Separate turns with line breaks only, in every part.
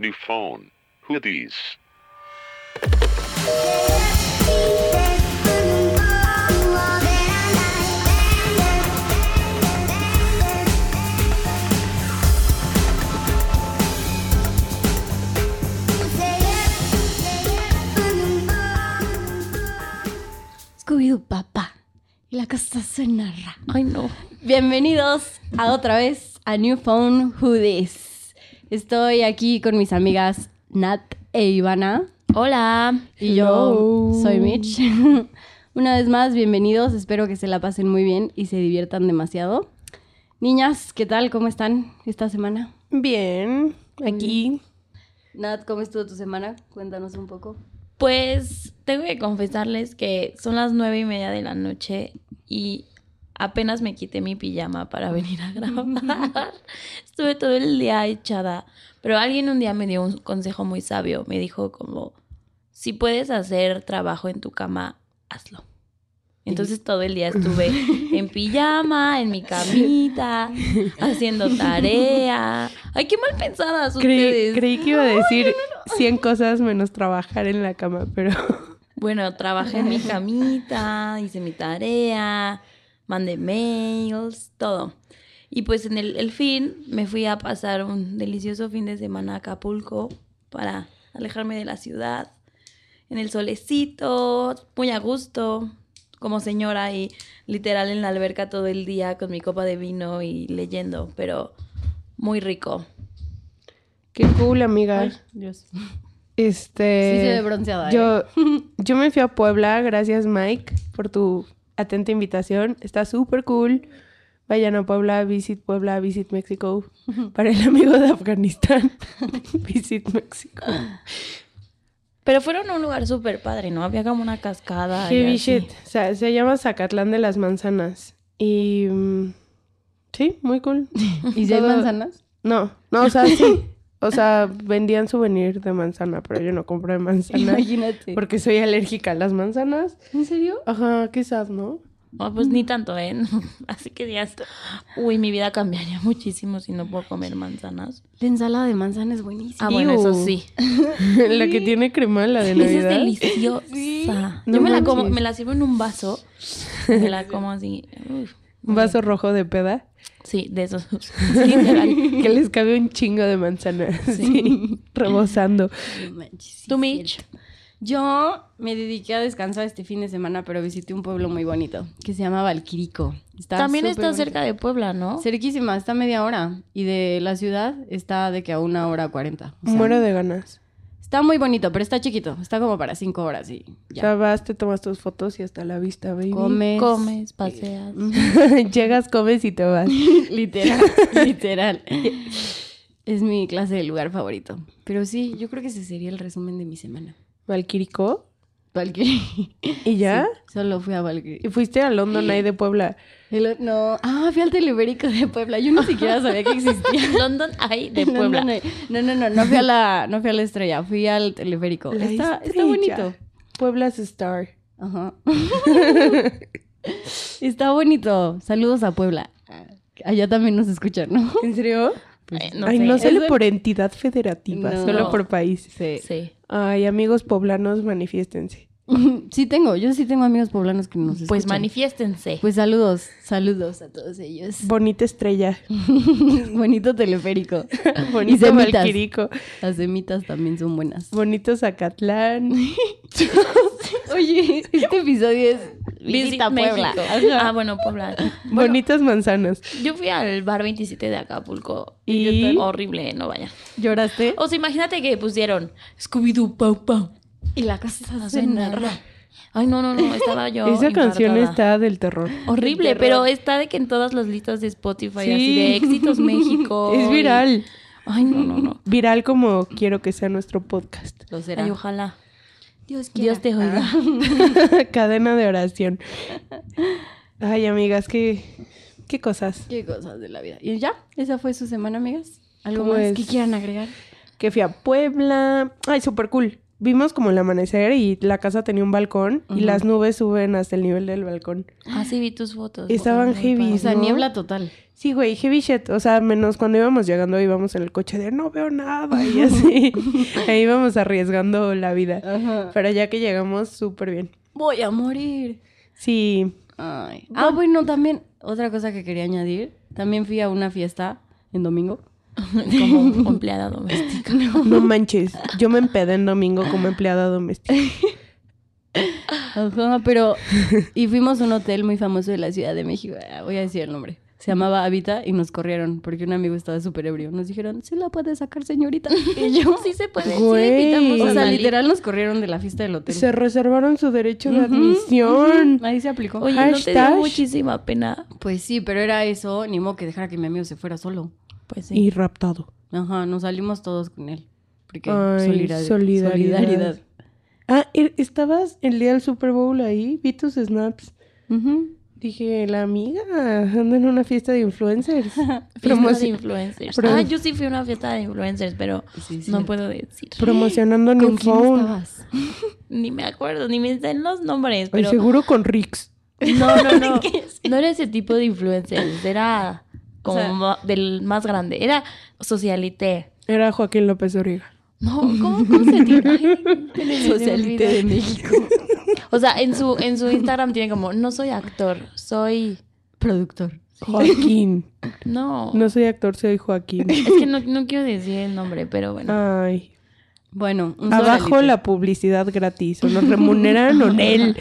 New phone. Who these?
Scooby-Doo, papá. La cosa se narra.
Ay, no.
Bienvenidos a otra vez a New Phone Who This. Estoy aquí con mis amigas Nat e Ivana.
Hola.
Y yo soy Mitch. Una vez más, bienvenidos. Espero que se la pasen muy bien y se diviertan demasiado. Niñas, ¿qué tal? ¿Cómo están esta semana?
Bien, aquí.
Nat, ¿cómo estuvo tu semana? Cuéntanos un poco.
Pues tengo que confesarles que son las nueve y media de la noche y apenas me quité mi pijama para venir a grabar. Estuve todo el día echada. Pero alguien un día me dio un consejo muy sabio. Me dijo como, si puedes hacer trabajo en tu cama, hazlo. Entonces todo el día estuve en pijama, en mi camita, haciendo tarea. Ay, qué mal pensadas
Creí,
ustedes.
creí que iba a decir 100 cosas menos trabajar en la cama, pero
Bueno, trabajé en mi camita, hice mi tarea, mandé mails, todo. Y pues en el, el fin me fui a pasar un delicioso fin de semana a Acapulco para alejarme de la ciudad, en el solecito, muy a gusto, como señora y literal en la alberca todo el día con mi copa de vino y leyendo, pero muy rico.
qué cool, amiga.
Dios.
Este.
Sí se ve bronceada, eh.
Yo, yo me fui a Puebla, gracias Mike por tu atenta invitación. Está súper cool. Vayan a Puebla, visit Puebla, visit México. Para el amigo de Afganistán, visit México.
Pero fueron a un lugar súper padre, ¿no? Había como una cascada. y
Heavy
así.
shit. O sea, se llama Zacatlán de las Manzanas. Y. mm, sí, muy cool.
¿Y si hay
Todo-
manzanas?
No, no, o sea, sí. O sea, vendían souvenir de manzana, pero yo no compré manzana.
Imagínate.
Porque soy alérgica a las manzanas.
¿En serio?
Ajá, quizás, ¿no?
Ah, pues ni tanto, ¿eh? Así que digas, uy, mi vida cambiaría muchísimo si no puedo comer manzanas.
La ensalada de manzana es buenísima.
Ah, bueno, eso sí.
la que tiene crema, uh, la de
Esa es
Navidad.
deliciosa. Yo
No
me la como,
manches.
me la sirvo en un vaso. Me la como así. uf.
Un vaso rojo de peda.
Sí, de esos. Literal.
Que les cabe un chingo de manzana. Sí. Rebosando.
No manches, sí,
¿Tú,
es
Mitch?
cierto. Yo me dediqué a descansar este fin de semana, pero visité un pueblo muy bonito que se llama Valquirico. Está
También
súper
está
bonito.
cerca de Puebla, ¿no?
Cerquísima, está a media hora. Y de la ciudad está de que a una hora cuarenta. O sea,
Muero de ganas.
Está muy bonito, pero está chiquito. Está como para cinco horas y
Ya.
ya.
vas, te tomas tus fotos y hasta la vista, baby.
Comes.
Comes, paseas.
Mm. Llegas, comes y te vas.
literal, literal. Es mi clase de lugar favorito. Pero sí, yo creo que ese sería el resumen de mi semana.
Valquirico.
Valquirico.
¿Y ya?
Solo fui a Valquirico.
Y fuiste a London Eye de Puebla.
El o- no, ah, fui al telebérico de Puebla. Yo ni siquiera sabía que existía.
London hay de
No, no,
Puebla. Eh,
No, no, no, no, no fui a la, no fui a la estrella, fui al teleférico.
La
Está, está
estrella.
bonito.
Puebla's Star.
Ajá. está bonito. Saludos a Puebla. Allá también nos escuchan, ¿no?
¿En serio?
Ay, no
Ay,
sé.
no sale
Eso-
por entidad federativa,
No.
solo por país.
Sí.
Sí.
Ay, amigos poblanos, manifiéstense.
Sí tengo, yo sí tengo amigos poblanos que nos
Pues
escuchan.
manifiéstense.
Pues saludos, saludos a todos ellos.
Bonita estrella.
Bonito teleférico. y
Bonito
semitas.
Valquirico.
Las semitas también son buenas.
Bonito Zacatlán.
Oye, este episodio es
Visita Puebla. Ah, bueno, Puebla.
Bonitas manzanas.
Yo fui al bar 27 de Acapulco
¿Y?
y horrible, no vayan.
¿Lloraste?
O sea, imagínate que pusieron Scooby-Doo Pau Pau.
Y la casa
se narra. Ay, no, no, no, estaba yo.
Esa canción
infartada.
está del terror.
horrible,
Terror.
pero está de que en todas las listas de Spotify,
Sí.
así de éxitos México.
Es
y-
viral.
Ay, no, no, no.
Viral como quiero que sea nuestro podcast.
Lo será.
Ay, ojalá.
Dios,
Dios te oiga.
Ah. Cadena de oración. Ay, amigas, qué, qué cosas.
Qué cosas de la vida. Y ya, esa fue su semana, amigas. ¿Algo
Pues-
más que quieran agregar?
Que fui a Puebla. Ay, súper cool. vimos como el amanecer y la casa tenía un balcón
Ujú.
y las nubes suben hasta el nivel del balcón.
Ah, sí, vi tus fotos.
Estaban
Muy
heavy.
O
padre.
sea,
¿no?
niebla total.
Sí, güey, heavy shit. O sea, menos cuando íbamos llegando íbamos en el coche de no veo nada y así. Ahí íbamos arriesgando la vida.
Ajá.
Pero ya que llegamos, súper bien.
Voy a morir.
Sí,
Ay. Ah, bueno, también otra cosa que quería añadir. También fui a una fiesta en domingo.
Como empleada doméstica.
no manches. Yo me empedé en domingo como empleada doméstica.
Ajá, pero... Y fuimos a un hotel muy famoso de la Ciudad de México. Ah, Voy a decir el nombre. Se llamaba Habita y nos corrieron porque un amigo estaba súper ebrio. Nos dijeron, ¿se la puede sacar, señorita? Y yo...
Sí se puede.
Güey.
Sí, le invitamos
O
a
sea,
Lali.
literal nos corrieron de la fiesta del hotel.
Se reservaron su derecho de
Ujú,
admisión.
ujú. Ahí se aplicó.
Oye, ¿no te dio
Hashtag.
muchísima pena?
Pues sí, pero era eso, ni modo que dejara que mi amigo se fuera solo.
Pues sí.
Y raptado.
Ajá, nos salimos todos con él. Porque
Ay,
solidar- solidaridad.
solidaridad. Ah, er- estabas el día del Super Bowl ahí, vi tus snaps.
Ujú.
Dije, la amiga anda en una fiesta de influencers.
Fiestas de
Promoci-
influencers.
Promo-
Ah, yo sí fui a una fiesta de influencers, pero
Sí, sí.
no puedo decir.
promocionando
¿Con
New
quién
Phone.
estabas?
Ni me acuerdo, ni me sé los nombres,
Ay,
pero...
seguro con Rix.
No, no, no. No era ese tipo de influencers. Era como
O sea-
ma- del más grande. Era socialité.
Era Joaquín López Origa.
No, ¿cómo, cómo se dice?
Socialite de México.
O sea, en su, en su Instagram tiene como, no soy actor, soy...
Productor.
Joaquín.
No.
No soy actor, soy Joaquín.
Es que no, no quiero decir el nombre, pero bueno.
Ay.
Bueno, un
Abajo
Socialite.
la publicidad gratis. O nos remuneran o él.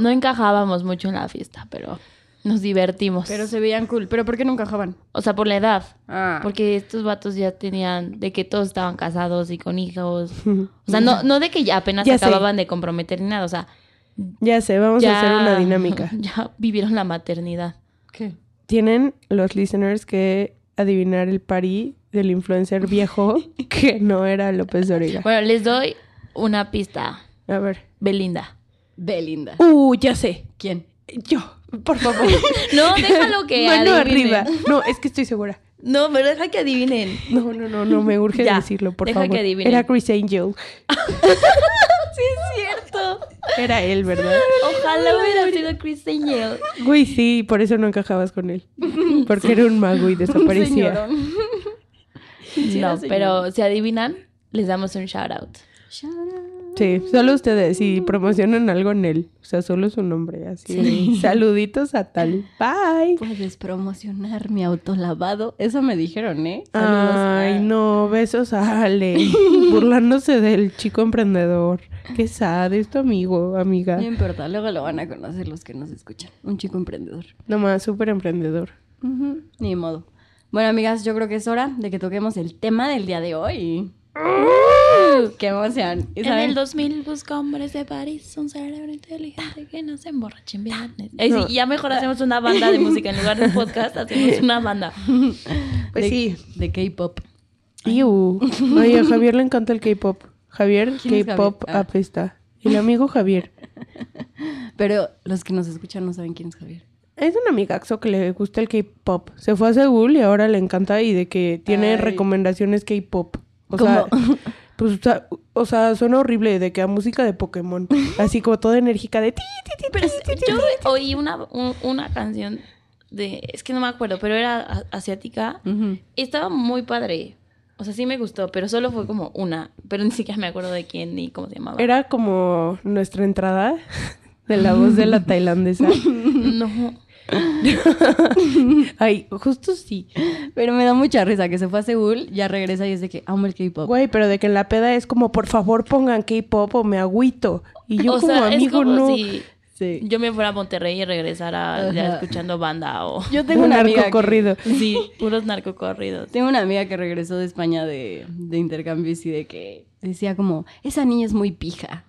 No encajábamos mucho en la fiesta, pero nos divertimos.
Pero se veían cool. ¿Pero por qué no encajaban?
O sea, por la edad.
Ah.
Porque estos vatos ya tenían, de que todos estaban casados y con hijos. O sea, no, no de que ya apenas
Ya sé.
acababan de comprometer ni nada. O sea,
Ya sé, vamos
ya,
a hacer una dinámica.
Ya vivieron la maternidad.
¿Qué?
Tienen los listeners que adivinar el pari del influencer viejo que no era López Origa.
Bueno, les doy una pista.
A ver.
Belinda.
Belinda.
Uh, ya sé.
¿Quién?
Yo, por favor.
No, déjalo que
Mano
adivinen.
arriba. No, es que estoy segura.
No, pero deja que adivinen.
No, no, no, no me urge
Ya,
decirlo, por
deja
favor.
que adivinen.
Era Chris Angel.
Sí, es cierto.
Era él, ¿verdad?
Ojalá hubiera sido Chris Angel.
Güey, sí, por eso no encajabas con él. Porque era un mago y desaparecía.
Señorón.
No, pero si adivinan, les damos un shout out.
Sí, solo ustedes. Y promocionan algo en él. O sea, solo su nombre. Así. Saluditos a tal. Bye.
Puedes promocionar mi autolavado. Eso me dijeron, ¿eh? Saludos.
Ay, no, besos a Ale. Burlándose del chico emprendedor. Qué sad, es tu amigo, amiga.
No importa, luego lo van a conocer los que nos escuchan. Un chico emprendedor.
Nomás, súper emprendedor.
Ujú, Ni modo. Bueno, amigas, yo creo que es hora de que toquemos el tema del día de hoy. ¡Qué emoción! ¿Y
En
saben?
el 2000 busca hombres de París, un cerebro inteligente que no se emborrache en viernes. Ay, sí, ya mejor hacemos una banda de música en lugar de podcast, hacemos una banda.
Pues
de,
sí.
De K-pop.
Iu. Oye, a Javier le encanta el K-pop. Javier,
¿Quién es
K-pop
Javier? Ah.
apesta. El amigo Javier.
Pero los que nos escuchan no saben quién es Javier.
Es un amigaxo que le gusta el K-pop. Se fue a Seúl y ahora le encanta y de que tiene
Ay.
recomendaciones K-pop. O sea, pues, o sea, o sea, suena horrible de que a música de Pokémon. Así como toda enérgica de ti, ti, ti,
Pero
ti, ti, ti,
yo oí una, un- una canción de, es que no me acuerdo, pero era a- asiática.
Ujú.
Estaba muy padre. O sea, sí me gustó, pero solo fue como una. Pero ni siquiera me acuerdo de quién ni cómo se llamaba.
Era como nuestra entrada de la voz de la tailandesa.
No.
Ay, justo sí.
Pero me da mucha risa que se fue a Seúl, ya regresa y es de que amo el K-pop.
Güey, pero de que en la peda es como, por favor pongan K-pop o me agüito. Y yo
o
como
sea,
amigo
es como
no.
si
Sí.
yo me fuera a Monterrey y regresara ya
Ajá.
escuchando banda o...
Yo tengo
un
una amiga
arco
que-
corrido.
Sí, puros narcocorridos.
Tengo una amiga que regresó de España de, de intercambio y sí de que decía como, esa niña es muy pija.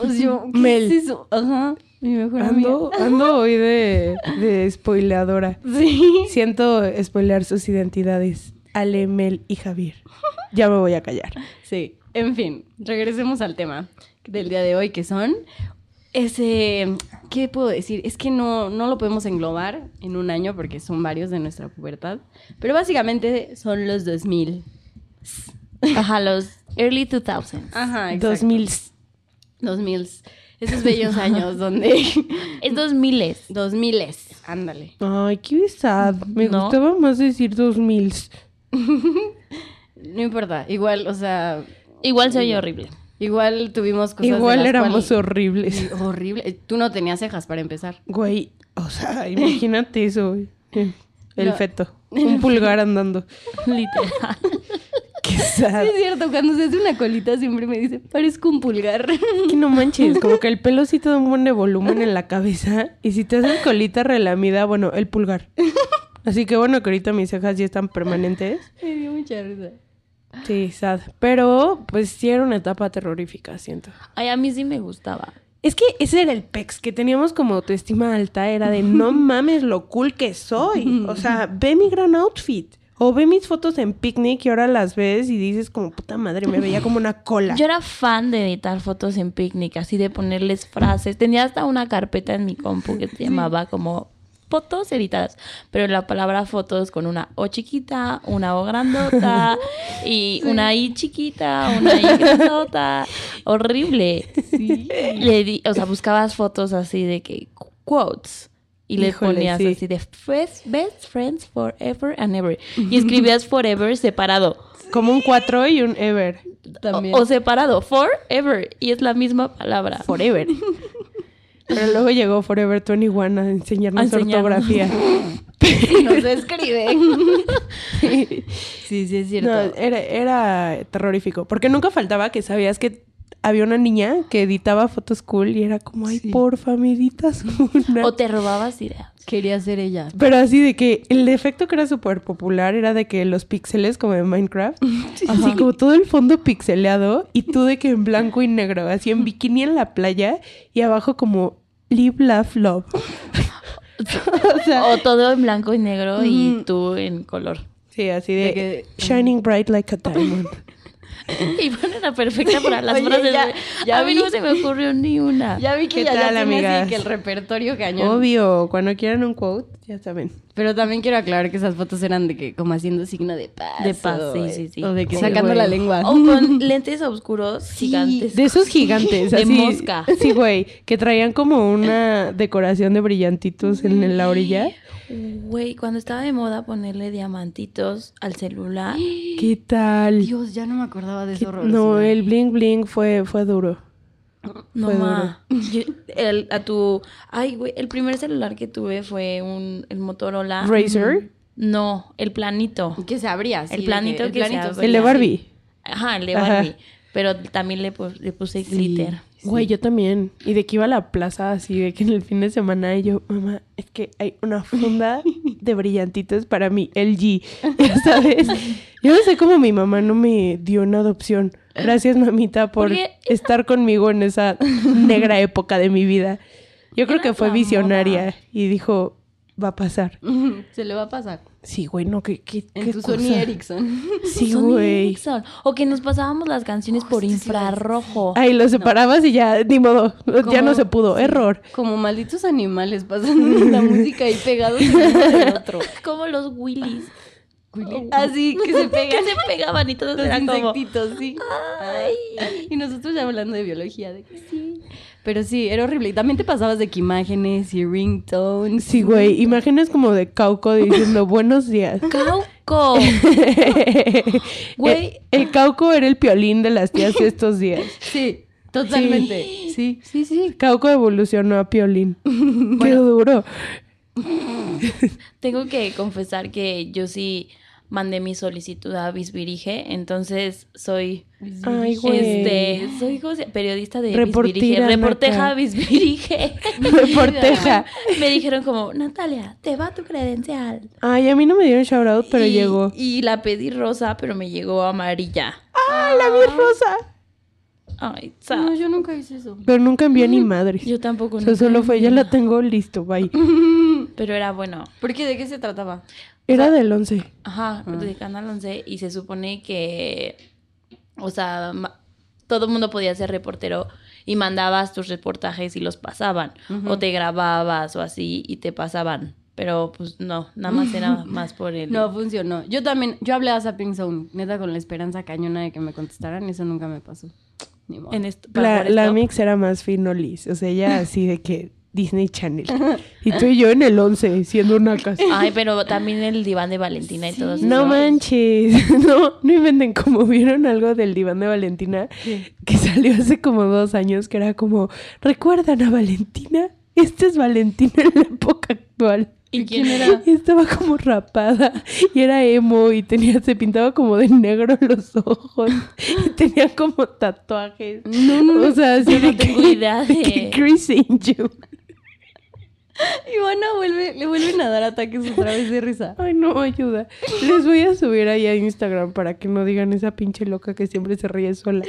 O sea, yo, ¿qué
Mel.
es eso? Ajá, mi mejor
Ando,
amiga.
ando hoy de, de spoileadora.
Sí.
Siento spoilear sus identidades. Ale, Mel y Javier. Ya me voy a callar.
Sí, en fin, regresemos al tema del día de hoy, que son ese, ¿qué puedo decir? Es que no, no lo podemos englobar en un año porque son varios de nuestra pubertad, pero básicamente son los 2000.
Ajá, los early 2000s.
Ajá,
2000.
Dos miles. Esos bellos años donde...
Es dos miles.
Dos miles. Ándale.
Ay, qué sad. Me
No.
gustaba más decir dos mil.
No importa. Igual, o sea...
Igual se oye horrible.
Igual tuvimos cosas de
Igual
las
éramos
cuales-
horribles.
Sí, horrible. Eh, Tú no tenías cejas para empezar.
Güey, o sea, imagínate eso. güey. El
No.
feto. Un pulgar andando.
Literal.
Qué sad.
Sí, es cierto, cuando se hace una colita siempre me dice, parezco un pulgar.
Que no manches, como que el pelo sí te da un buen de volumen en la cabeza. Y si te haces colita relamida, bueno, el pulgar. Así que bueno, que ahorita mis cejas ya están permanentes.
me dio mucha risa.
Sí, sad. Pero pues sí era una etapa terrorífica, siento.
Ay, a mí sí me gustaba.
Es que ese era el pex que teníamos como autoestima alta, era de no mames lo cool que soy. O sea, ve mi gran outfit. O ve mis fotos en picnic y ahora las ves y dices como puta madre, me veía como una cola.
Yo era fan de editar fotos en picnic, así de ponerles frases. Tenía hasta una carpeta en mi compu que se llamaba como fotos editadas, pero la palabra fotos con una O chiquita, una O grandota y una I chiquita, una I grandota. Horrible. Le di, o sea, buscabas fotos así de que quotes. Y le
Híjole,
ponías
sí.
así de best, best friends forever and ever. Y escribías forever separado.
Como un 4 y un ever.
También.
O, o separado, forever. Y es la misma palabra.
Forever. Pero luego llegó Forever 21 a enseñarnos
A enseñarnos.
ortografía.
nos escriben. sí, sí, es
No, era, era terrorífico. Porque nunca faltaba que sabías que había una niña que editaba fotos cool y era como, ay,
Sí.
porfa, me editas una.
O te robabas ideas.
Quería ser ella.
Pero así de que el defecto que era súper popular era de que los píxeles, como de Minecraft, así como todo el fondo pixeleado y tú de que en blanco y negro, así en bikini en la playa y abajo como live, laugh, love. o sea,
O todo en blanco y negro y tú en color.
sí, así de,
de que-
shining bright like a diamond.
Y bueno, era perfecta para las
Oye,
frases.
ya- ya
a mí
vi.
no se me ocurrió ni una.
Ya vi que
¿Qué
ya,
tal,
ya tiene así
amigas?
que el repertorio cañón.
Obvio, cuando quieran un quote, ya saben.
Pero también quiero aclarar que esas fotos eran de que como haciendo signo de paz.
De paz, sí, sí, sí.
O de que
Sí,
sacando
güey.
la lengua.
O con lentes oscuros gigantes.
De esos gigantes,
De
así.
mosca.
Sí, güey, que traían como una decoración de brillantitos en, en la orilla.
Güey, cuando estaba de moda ponerle diamantitos al celular.
¿Qué tal?
Dios, ya no me acordaba de
Que-
eso.
No, el bling bling fue, fue duro.
No
Fue
ma. Yo- el- a tu. Ay, güey, el primer celular que tuve fue un, el
Ah,
Motorola.
Razer,
No, el planito.
Que se abría. así
El
de
planito que se abría.
el de Barbie.
Ajá, el de
Ajá.
Barbie. Pero también le, pu- le puse glitter.
Güey, yo también. Y de que iba a la plaza así, de que en el fin de semana y yo, mamá, es que hay una funda de brillantitos para mi LG, ya ¿sabes? Yo no sé cómo mi mamá no me dio una adopción. Gracias, mamita, por
Porque-
estar conmigo en esa negra época de mi vida. Yo creo
Era
que fue
la
visionaria y dijo, va a pasar.
Se le va a pasar.
Sí, güey, no, que qué,
En
qué
tu
cosa.
Sony Ericsson.
Sí,
Sony
güey.
Ericsson. O que nos pasábamos las canciones por infrarrojo.
Ay, lo separabas y ya, ni modo, ya no
Como-
se pudo, error.
Como malditos animales pasan la música ahí pegados el uno del otro.
Como los Willys.
Así que se
Que
pegan
se pegaban y todos
los
eran como.
insectitos, sí.
Ay.
Y nosotros ya hablando de biología, de que sí. Pero sí, era horrible. Y también te pasabas de que imágenes y ringtones.
Sí, güey, imágenes como de Cauco diciendo buenos días.
¡Cauco! Güey.
El, el Cauco era el piolín de las tías de estos días.
Sí, totalmente. Sí, sí, sí.
Cauco evolucionó a piolín. Qué duro.
Tengo que confesar que yo sí mandé mi solicitud a Visvirige, entonces soy.
Ay, güey.
Este, soy ¿cómo se- periodista de
Reportera,
Visvirige, reporteja
Nata.
Visvirige.
Reporteja.
Me dijeron como, Natalia, te va tu credencial.
Ay, a mí no me dieron shout out, pero
Y-
llegó.
Y la pedí rosa, pero me llegó amarilla.
¡Ah, la vi rosa!
Ay, sa-
No, yo nunca hice eso.
Pero nunca envió ni madre.
Yo tampoco.
O sea,
nunca
solo fue, ya
entendí.
la tengo listo, bye.
Pero era bueno.
¿Por qué? ¿De qué se trataba?
Era del 11.
Ajá,
Ah.
de Canal 11. Y se supone que, o sea, ma- todo el mundo podía ser reportero y mandabas tus reportajes y los pasaban. O te grababas o así y te pasaban. Pero pues no, nada más era más por el...
No funcionó. Yo también, yo hablé a Zapping Zone, neta con la esperanza cañona de que me contestaran, eso nunca me pasó. Ni modo.
En esto, para
La,
jugar
la
esto.
mix era más finolis, o sea, ella así de que Disney Channel. Y tú y yo en el 11, siendo
Ah,
una casa.
Ay, pero también el diván de Valentina y todo eso.
No manches, no, no inventen como vieron algo del diván de Valentina que salió hace como dos años que era como, ¿recuerdan a Valentina? Esta es Valentina en la época actual.
¿Y quién era?
Y estaba como rapada y era emo y tenía, se pintaba como de negro los ojos y tenía como tatuajes.
No, no, no.
O sea, así
yo Mm. no
de que-
tengo idea
de que
de-
Chris Angel.
Ivana vuelve, le vuelven a dar ataques otra vez de risa.
Ay, no, ayuda. Les voy a subir ahí a Instagram para que no digan esa pinche loca que siempre se ríe sola.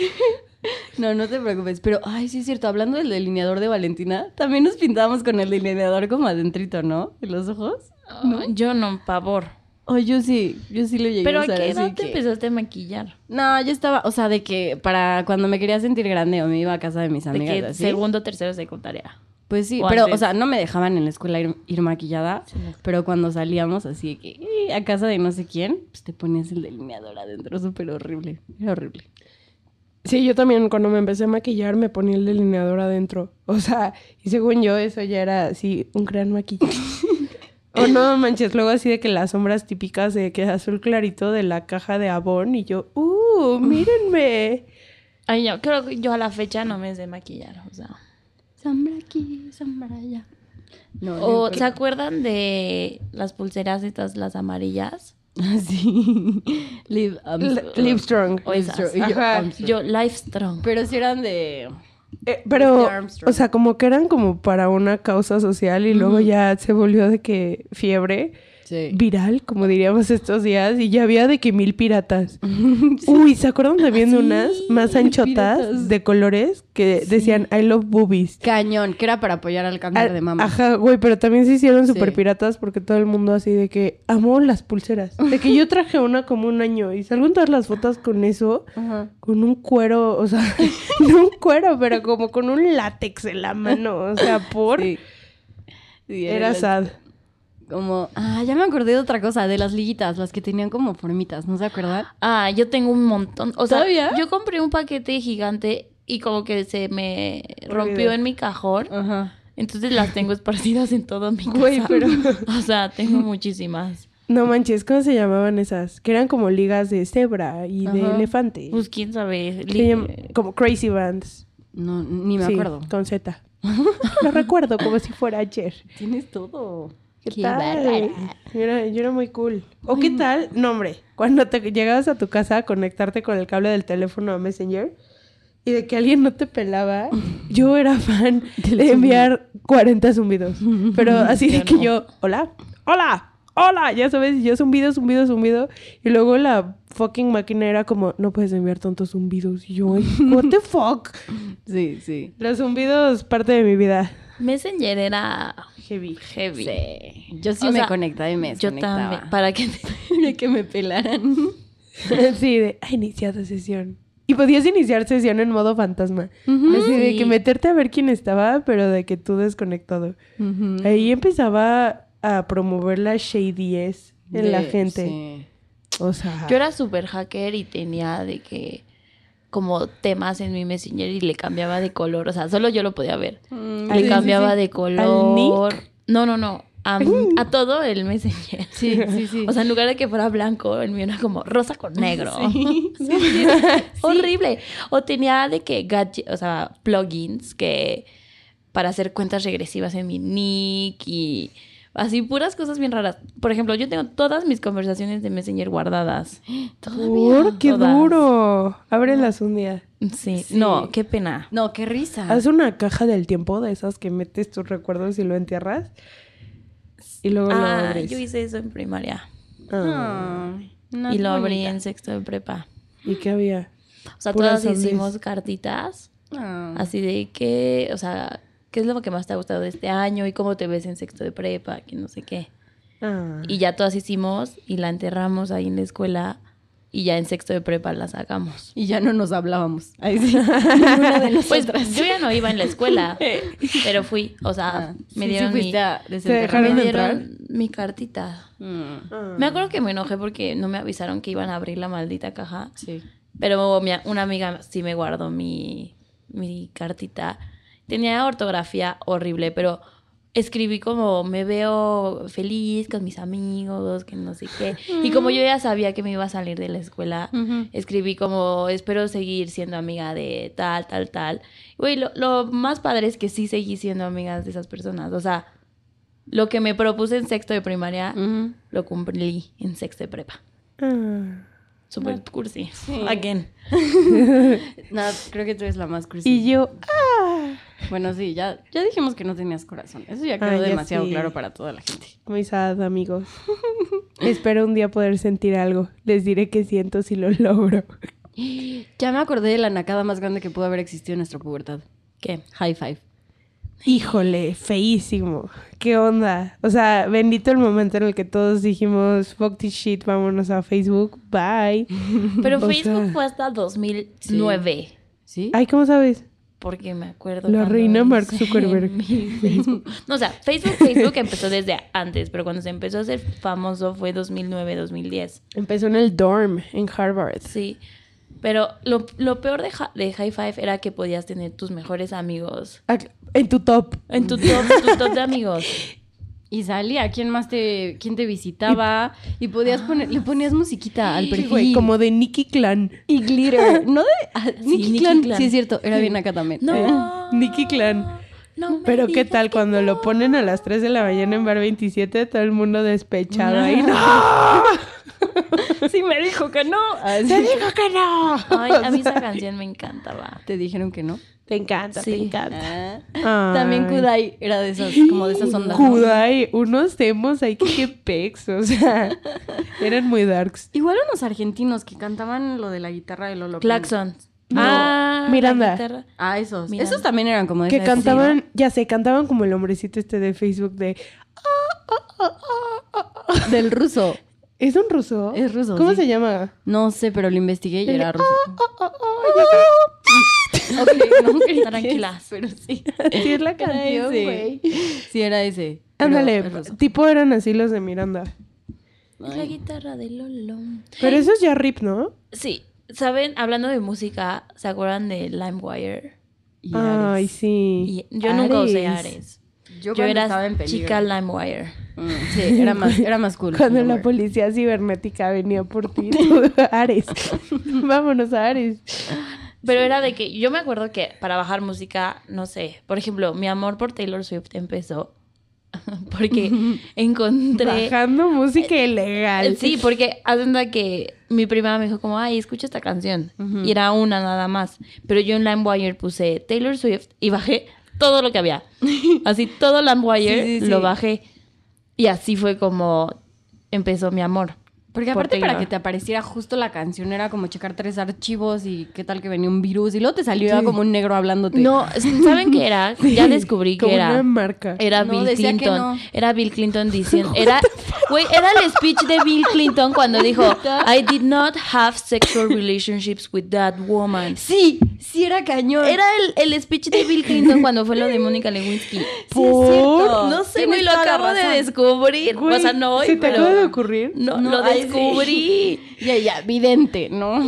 No, no te preocupes. Pero, ay, sí es cierto. Hablando del delineador de Valentina, también nos pintábamos con el delineador como adentrito, ¿no? En los ojos.
No, yo no, pavor.
Oh, yo sí, yo sí lo llegué
Pero
a
¿a
usar
qué
así
edad te
que-
empezaste a maquillar?
No, yo estaba, o sea, de que para cuando me quería sentir grande o me iba a casa de mis
De
amigas,
que
así.
segundo, tercero, secundaria.
Pues sí,
o
pero,
antes.
o sea, no me dejaban en la escuela ir, ir maquillada,
Sí, no.
pero cuando salíamos así de que "Eh, a casa de no sé quién, pues te ponías el delineador adentro, súper horrible, era horrible.
Sí, yo también cuando me empecé a maquillar me ponía el delineador adentro. O sea, y según yo eso ya era así un gran maquillaje. o no manches, luego así de que las sombras típicas de que azul clarito de la caja de Avon y yo, ¡uh, mírenme!
Ay, yo creo que yo a la fecha no me sé maquillar, o sea.
Sombra aquí, sombra allá. No,
O,
no,
¿Se acuerdan de las pulseras estas, las amarillas?
Así. Live, um,
L- Live strong.
O esas.
Livestrong, y yo,
Ajá.
Armstrong.
Yo, Life Strong.
Pero si eran de...
Eh, pero,
Este Armstrong.
o sea, como que eran como para una causa social y luego ya se volvió de que fiebre
Sí.
viral, como diríamos estos días, y ya había de que mil piratas. Uy, ¿se acuerdan también de
Sí,
unas más
Ah, mil
anchotas
piratas.
de colores que decían I love boobies?
Cañón, que era para apoyar al cáncer
Ah,
de mama.
Ajá, güey, pero también se hicieron
Sí.
super piratas porque todo el mundo así de que amó las pulseras. De que yo traje una como un año y salgo en todas las fotos con eso,
Ajá.
con un cuero, o sea, no un cuero, pero como con un látex en la mano, o sea, por...
Sí. Sí,
Era
la-
sad.
Como, ah, ya me acordé de otra cosa, de las liguitas, las que tenían como formitas, ¿no se acuerdan?
Ah, yo tengo un montón. O sea,
¿Todavía?
yo compré un paquete gigante y como que se me rompió
Olvidó.
en mi cajón.
Ajá.
Entonces las tengo esparcidas en todo mi casa.
Güey, pero-
O sea, tengo muchísimas.
No manches, ¿cómo se llamaban esas? Que eran como ligas de cebra y de
Ajá.
elefante.
Pues quién sabe.
Se
Li-
llam- como Crazy Bands.
No, ni me
Sí,
acuerdo.
Con Z. Lo recuerdo como si fuera ayer.
Tienes todo.
¿Qué,
Qué
tal?
bárbara.
Yo era, yo era muy cool. ¿O qué tal? No, hombre. Cuando te llegabas a tu casa a conectarte con el cable del teléfono a Messenger y de que alguien no te pelaba, yo era fan de enviar 40 zumbidos. Pero así de
Yo
que
no.
yo, hola, hola, hola, ya sabes, y yo zumbido, zumbido, zumbido. Y luego la fucking máquina era como, no puedes enviar tantos zumbidos. Y yo, "Ay, what the fuck.
Sí, sí.
Los zumbidos, parte de mi vida.
Messenger era
Heavy.
heavy.
Sí. Yo sí
O
me
sea,
conectaba y me
Yo
desconectaba.
también. Para que
Para que me pelaran.
Sí, de ha iniciado sesión. Y podías iniciar sesión en modo fantasma. Así de
Sí.
que meterte a ver quién estaba, pero de que tú desconectado.
Mm.
Ujú.
Ahí empezaba a promover la shadiness en la
De-
gente.
sí.
O sea,
Yo era super hacker y tenía de que como temas en mi Messenger y le cambiaba de color, o sea, solo yo lo podía ver.
Mm,
Sí,
Le
sí,
cambiaba
sí.
de
¿Al
color. No, no, no. A, a todo el Messenger.
Sí, sí, sí.
O sea, en lugar de que fuera blanco, el mío era como rosa con negro.
Sí, sí, sí.
Horrible. O tenía de que gadget, o sea, plugins que para hacer cuentas regresivas en mi nick y así puras cosas bien raras. Por ejemplo, yo tengo todas mis conversaciones de Messenger guardadas.
¡Por qué
Todas.
duro! Ábrelas un día.
Sí.
Sí.
No, qué pena.
No, qué
Ah.
risa.
Haz una caja del tiempo de esas que metes tus recuerdos y lo entierras. Y luego lo
Ah,
abres.
yo hice eso en primaria
Ah,
y lo abrí en sexto de prepa.
¿Y qué había?
O sea,
Puras
todas
zombies.
hicimos cartitas
Ah.
así de que, o sea, ¿qué es lo que más te ha gustado de este año y cómo te ves en sexto de prepa? Que no sé qué.
Ah.
Y ya todas hicimos y la enterramos ahí en la escuela y ya en sexto de prepa la sacamos.
Y ya no nos hablábamos. Ahí sí. Ninguna de
Pues
nosotras.
yo ya no iba en la escuela, pero fui, o sea,
Ah,
me
sí,
dieron,
sí
mi,
fuiste a
dejaron
me
desenterrar.
de
dieron mi cartita.
Mm,
Ah.
Me acuerdo que me enojé porque no me avisaron que iban a abrir la maldita caja
Sí.
Pero mi- una amiga sí me guardó mi, mi cartita. Tenía ortografía horrible, pero escribí como me veo feliz con mis amigos, que no sé qué. Y como yo ya sabía que me iba a salir de la escuela,
Ujú.
escribí como espero seguir siendo amiga de tal, tal, tal. Güey, lo, lo más padre es que sí seguí siendo amiga de esas personas. O sea, lo que me propuse en sexto de primaria,
Ujú.
lo cumplí en sexto de prepa.
Ah.
Super cursi.
Sí.
Again.
No, creo que tú eres la más cursi.
Y yo, ¡ah!
Bueno, sí, ya, ya dijimos que no tenías corazón. Eso ya quedó
Ah, ya
demasiado
sí.
claro para toda la gente.
Mis hadas, amigos. Espero un día poder sentir algo. Les diré qué siento si lo logro.
Ya me acordé de la nacada más grande que pudo haber existido en nuestra pubertad.
¿Qué?
High five.
Híjole, feísimo. ¿Qué onda? O sea, bendito el momento en el que todos dijimos, fuck this shit, vámonos a Facebook, bye.
Pero
O
Facebook
sea,
fue hasta 2009.
¿Sí?
Ay, ¿cómo sabes?
Porque me acuerdo.
La
cuando
reina Mark
hice
Zuckerberg.
mi Facebook. No, o sea, Facebook, Facebook empezó desde antes, pero cuando se empezó a hacer famoso fue 2009, 2010.
Empezó en el dorm, en Harvard.
Sí. Pero lo, lo peor de, hi- de High Five era que podías tener tus mejores amigos.
Ah, En tu top.
En tu top, tu top de amigos.
Y salía, ¿quién más te, quién te visitaba? Y podías poner, le ponías musiquita al perfil.
Güey, como de Nicky Clan.
Y glitter, ¿no? De, ah, Nicky
Nicky
Clan.
Clan.
Sí, es cierto, era bien acá también.
No.
Eh, Nicky Clan.
No me
Pero qué
digas
tal
que
cuando
no.
lo ponen a las 3 de la mañana en bar 27, todo el mundo despechado ahí. ¡No!
Sí, me dijo que no. Ah, sí.
¡Se dijo que no!
Ay, a mí esa canción me encantaba.
Te dijeron que no.
Te encanta,
Sí.
te encanta.
Ah.
Ay.
También Kudai era de esas, como de esas ondas. ¿no?
Kudai, unos demos ahí que qué pex, o sea, eran muy darks.
Igual unos argentinos que cantaban lo de la guitarra de Lolo.
Claxon.
No.
Ah,
Miranda.
la guitarra.
Pons. Ah, esos.
Mira.
Esos también eran como de
Que
esa época,
cantaban, ya sé, cantaban como el hombrecito este de Facebook de,
¿no? Del ruso.
¿es un ruso?
Es ruso,
¿Cómo
sí.
se llama? "Oh,
No sé, pero lo investigué y era ruso. Ah. Ok, no creí que es,
Tranquila.
pero sí.
Sí, es la
Era
canción,
ese.
güey.
Sí, era ese. pero
Ándale,
es ruso.
tipo eran así los de Miranda.
Es la guitarra de Lolo.
Pero eso es ya rip, ¿no?
Sí, ¿saben? Hablando de música, ¿se acuerdan de LimeWire?
Y
Ay,
Ares.
sí.
Y yo nunca usé
Ares.
Ares.
Yo,
Yo
cuando
era
estaba en peligro.
chica LimeWire.
Mm, sí, era más, era más cool.
Cuando
No,
la
güey.
policía cibernética venía por ti, tú, Ares. Vámonos a Ares.
Pero era de que yo me acuerdo que para bajar música, no sé, por ejemplo, mi amor por Taylor Swift empezó porque encontré...
Bajando música
eh,
ilegal.
Sí, porque hacen que mi prima me dijo como, ay, escucha esta canción. Y era una nada más. Pero yo en LimeWire puse Taylor Swift y bajé todo lo que había. Así, todo LimeWire
Sí, sí, sí.
lo bajé. Y así fue como empezó mi amor.
Porque
por
aparte para
Taylor.
que te apareciera justo la canción era como checar tres archivos y qué tal que venía un virus y luego te salió como un negro hablándote.
No, ¿saben qué era? Ya descubrí
Como
que era...
una marca.
Era
No,
Bill
decía que
Clinton.
no.
Era Bill Clinton diciendo. Era, güey, era el speech de Bill Clinton cuando dijo: I did not have sexual relationships with that woman.
Sí, sí era cañón.
Era el, el speech de Bill Clinton cuando fue lo de Mónica Lewinsky.
Sí, es cierto.
No sé,
Tienes
güey, lo
toda la
acabo de
razón.
descubrir.
Güey,
o sea, no hoy,
¿Se te
pero-
acaba de ocurrir?
No,
No,
lo
ay, sí.
descubrí.
Ya, ya, vidente, ¿no?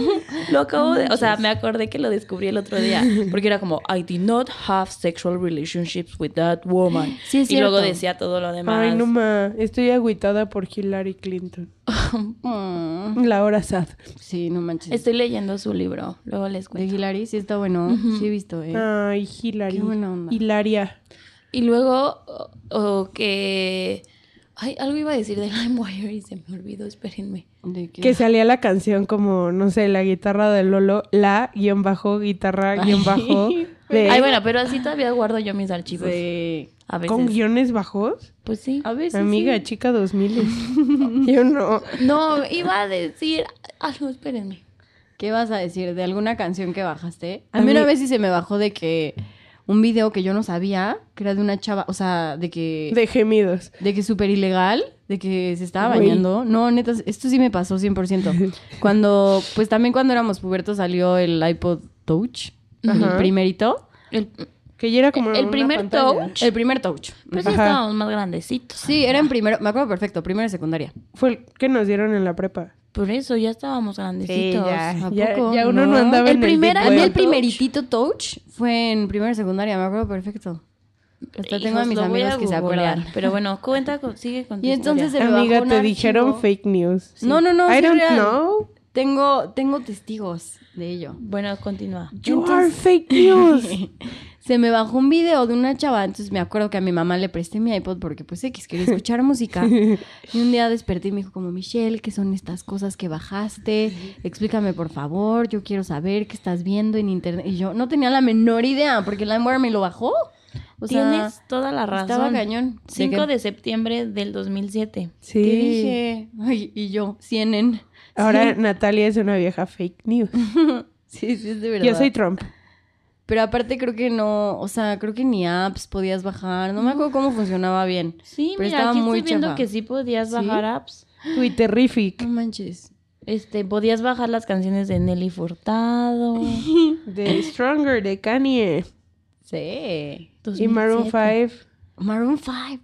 Lo acabo de... O sea, me acordé que lo descubrí el otro día. Porque era como, I did not have sexual relationships with that woman.
Sí, es
y luego
cierto.
decía todo lo demás.
Ay, no ma, estoy agüitada por Hillary Clinton.
Mm,
La hora sad.
sí, no manches.
Estoy leyendo su libro. Luego les
De
cuento. Ah.
Hilary, sí está bueno. Sí he visto, ¿eh?
Ay, Hillary.
Qué buena onda.
Hilaria.
Y luego, o, o que... Ay, algo iba a decir de LimeWire y se me olvidó. Espérenme.
De que-
Que salía la canción como, no sé, la guitarra de Lolo, la guión bajo, guitarra guión bajo. De,
Ay, bueno, pero así todavía guardo yo mis archivos.
Sí.
A veces.
¿Con guiones bajos?
Pues sí.
A veces.
Amiga,
sí.
chica 2000. Yo no.
No, iba a decir algo, espérenme.
¿Qué vas a decir de alguna canción que bajaste? A
A
mí una
mí-
vez sí se me bajó de que un video que yo no sabía, que era de una chava, o sea, de que
De gemidos.
de que súper ilegal, de que se estaba
Güey.
bañando. No, neta, esto sí me pasó 100%. Cuando pues también cuando éramos pubertos salió el iPod Touch, el
Ajá.
primerito,
El,
Que ya era como.
el
una
primer
pantalla.
touch.
el primer Touch.
Pues ya
Ajá.
estábamos más grandecitos.
Sí, era en primero, me acuerdo perfecto, primero y secundaria.
Fue el que nos dieron en la prepa.
Por eso ya estábamos grandecitos.
ya,
¿A
ya-
poco?
ya uno no, andaba
el
en
primer,
Big
a mí
Boy
el
Touch.
primeritito touch fue en primera secundaria, me acuerdo perfecto. Hasta tengo a
Hijos,
mis
lo voy
amigos que se
googlear,
acuerdan.
Pero bueno, cuenta, con- sigue con tu
Y entonces
historia.
se me
Amiga,
bajó un
te dijeron
archivo.
fake news.
No, no, no,
I
sí es
don't
real.
know.
Tengo, tengo testigos de ello.
Bueno, continúa.
You are
Entonces-
fake news.
Se me bajó un video de una chava, entonces me acuerdo que a mi mamá le presté mi iPod porque pues X quería escuchar música. Y un día desperté y me dijo como, Michelle, ¿qué son estas cosas que bajaste? Explícame por favor, yo quiero saber qué estás viendo en internet. Y yo no tenía la menor idea porque LimeWire me lo bajó. O sea,
Tienes toda la razón.
estaba cañón. ¿De
5
qué?
de septiembre del 2007.
Sí.
¿Qué dije? Ay, y yo, CNN.
Ahora Natalia es una vieja fake news.
Sí, sí, es de verdad.
Yo soy Trump.
Pero aparte creo que no, o sea, creo que ni apps podías bajar. No me acuerdo cómo funcionaba bien.
Sí,
Pero
mira,
estaba
aquí
muy
estoy viendo
chafa.
que sí podías
¿Sí?
bajar apps.
Twitterific.
No manches.
Este, podías bajar las canciones de Nelly Furtado.
De Stronger, de Kanye.
Sí.
2007.
Y Maroon 5.
Maroon 5. ah,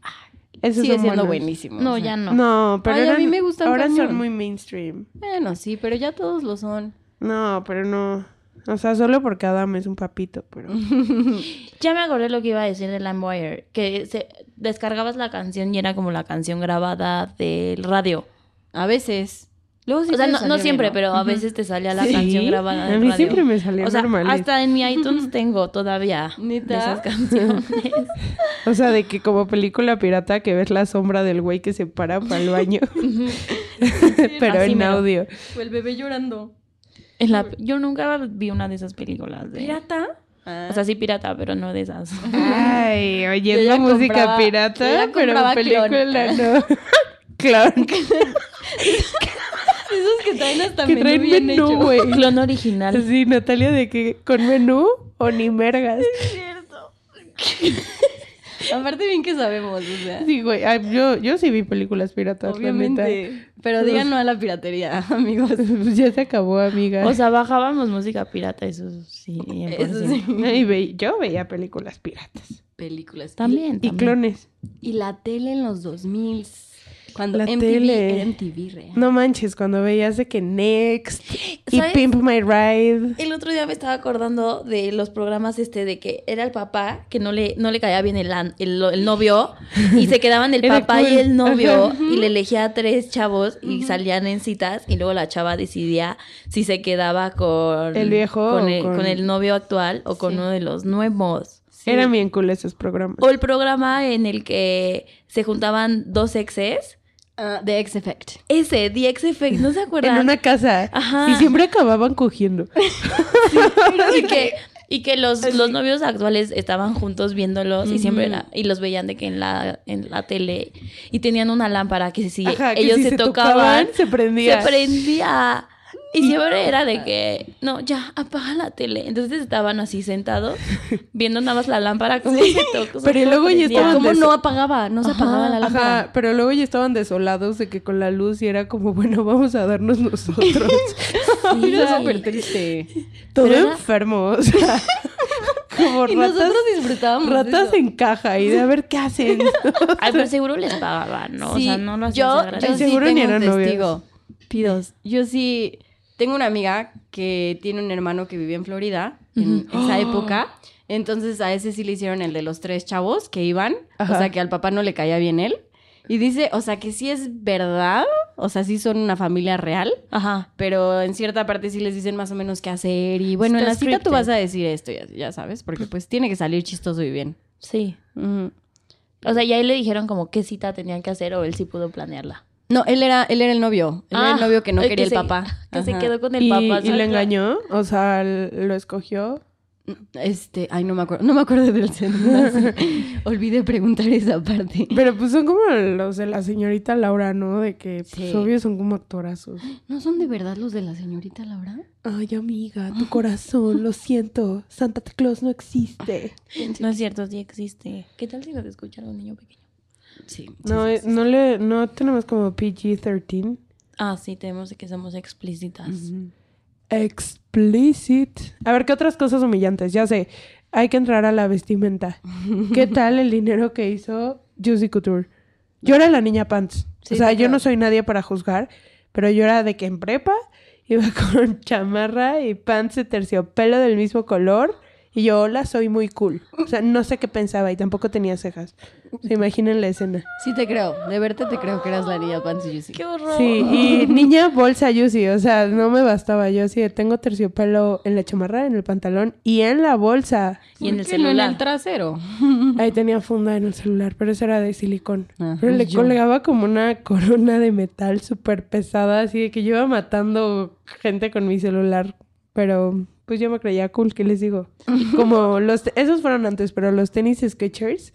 Esos
sigue
son
siendo
buenos.
buenísimo.
No,
o sea.
ya no.
No, pero
Ay, a mí
eran-
me gustan
ahora
cañón.
son muy mainstream.
Bueno, sí, pero ya todos lo son.
No, pero no. O sea, solo porque Adam es un papito, pero...
Ya me acordé lo que iba a decir de LimeWire. Que se, descargabas la canción y era como la canción grabada del radio.
A veces. Luego sí
O sea,
te
no, no
salió
siempre,
bien,
pero a
Ujú.
veces te salía la
Sí.
canción grabada
A
del
mí
radio.
siempre me salían
O sea,
normales.
hasta en mi iTunes tengo todavía de
¿Neta?
esas canciones.
O sea, de que como película pirata que ves la sombra del güey que se para para el baño. pero
así
en
mero.
audio.
O el bebé llorando.
En la- yo nunca vi una de esas películas. De,
¿Pirata?
O sea, sí pirata, pero no de esas.
Ay, oyendo
ya
música
compraba- yo
pirata,
ya
pero
compraba Clon.
película no. Clon,
Esos que traen hasta
que
menú
traen
bien
menú,
hecho.
güey.
Clon original.
Sí, Natalia, de que con menú o ni mergas.
Aparte bien que sabemos, o sea.
Sí, güey. Ay, yo, yo sí vi películas piratas, la neta.
Obviamente. Pero digan no a la piratería, amigos.
Pues ya se acabó, amiga.
O sea, bajábamos música pirata, eso sí.
Eso sí.
Y ve- yo veía películas piratas.
Películas.
También.
Y
también.
clones.
Y la tele en los 2000. Cuando
La
MTV
tele.
era MTV real.
No manches, cuando veías de que Next y
¿Sabes?
Pimp My Ride.
El otro día me estaba acordando de los programas este de que era el papá que no le, no le caía bien el, an- el, el novio y se quedaban el
Era
papá
cool.
y el novio
Ajá.
y le elegía a tres chavos y salían en citas y luego la chava decidía si se quedaba con
El viejo o
con el,
con-
con el novio actual o con uno de los nuevos.
Eran bien cool esos programas.
O el programa en el que se juntaban dos exes.
Ah, The X Effect.
Ese, The Ex Effect, ¿no se acuerdan?
En una casa.
Ajá.
Y siempre acababan cogiendo.
y que y que los, los novios actuales estaban juntos viéndolos y siempre la- y los veían de que en la en la tele y tenían una lámpara que si
Ajá, que
ellos
si
se,
se
tocaban,
tocaban, se prendía.
se prendía. y siempre era de que no ya apaga la tele entonces estaban así sentados viendo nada más la lámpara como se tocó
Pero
se
luego ya
prendía.
estaban
¿Cómo
de-
no apagaba? No se apagaba la lámpara.
Ajá, pero luego ya estaban desolados de que con la luz y era como, bueno, vamos a darnos nosotros.
Sí.
Era súper triste.
Todo
Pero era-
enfermo, o sea, como
Y
ratas,
nosotros disfrutábamos. de
ratas
eso.
en caja y de a ver qué hacen.
Ay, pero seguro les pagaban no
Sí,
o sea no lo hacían
yo,
sagrado.
yo
Y
sí
seguro ni
tengo un
eran novios.
testigo. Pidos. Yo sí tengo una amiga que tiene un hermano que vivía en Florida en
¡Ah!
esa época. Entonces a ese sí le hicieron el de los tres chavos que iban.
Ajá.
O sea que al papá no le caía bien él. Y dice, o sea que sí es verdad. O sea, sí son una familia real.
ajá
pero en cierta parte sí les dicen más o menos qué hacer y bueno, en
Está
la cita tú
scripted.
vas a decir esto, ya, ya sabes, porque pues tiene que salir chistoso y bien.
sí
Ujú.
o sea ya ahí le dijeron como qué cita tenían que hacer o él sí pudo planearla
No, él era, él era el novio, él era
Ah,
el novio que no
el
quería el
se-
papá.
Que se
Ajá.
quedó con el
Y,
papá.
y
¿sabes?
le engañó, o sea, l- lo escogió.
Este, ay, no me acuerdo, no me acuerdo del desenlace. Olvidé preguntar esa parte.
Pero pues son como los de la señorita Laura, ¿no? De que, pues
Sí.
obvio, son como actorazos.
¿No son de verdad los de la señorita Laura?
Ay, amiga, tu corazón, lo siento. Santa Claus no existe.
No es cierto, sí existe. ¿Qué tal si nos escucha algún niño pequeño?
Sí.
No, eh, no le, no tenemos como PG-13.
Ah, sí, tenemos que somos explícitas.
Explicit. A ver, ¿qué otras cosas humillantes? Ya sé, hay que entrar a la vestimenta. ¿Qué tal el dinero que hizo Juicy Couture? Yo era la niña pants.
Sí,
o sea,
sí,
yo
claro.
no soy nadie para juzgar, Pero yo era de que en prepa iba con chamarra y pants de terciopelo del mismo color. Y yo, hola, soy muy cool. O sea, no sé qué pensaba y tampoco tenía cejas. Se imaginen la escena.
Sí te creo. De verte te creo que eras la niña Pansy Juicy.
¡Qué horror!
Sí, y niña bolsa Yusi, o sea, no me bastaba. Yo así de, tengo terciopelo en la chamarra, en el pantalón y en la bolsa.
Y en el
¿Por qué no
celular.
en el trasero.
Ahí tenía funda en el celular, pero eso era de silicón.
Ah,
pero le
yo.
colgaba como una corona de metal súper pesada, así de que yo iba matando gente con mi celular. Pero pues yo me creía cool, ¿qué les digo? Como los... Esos fueron antes, pero los tenis Skechers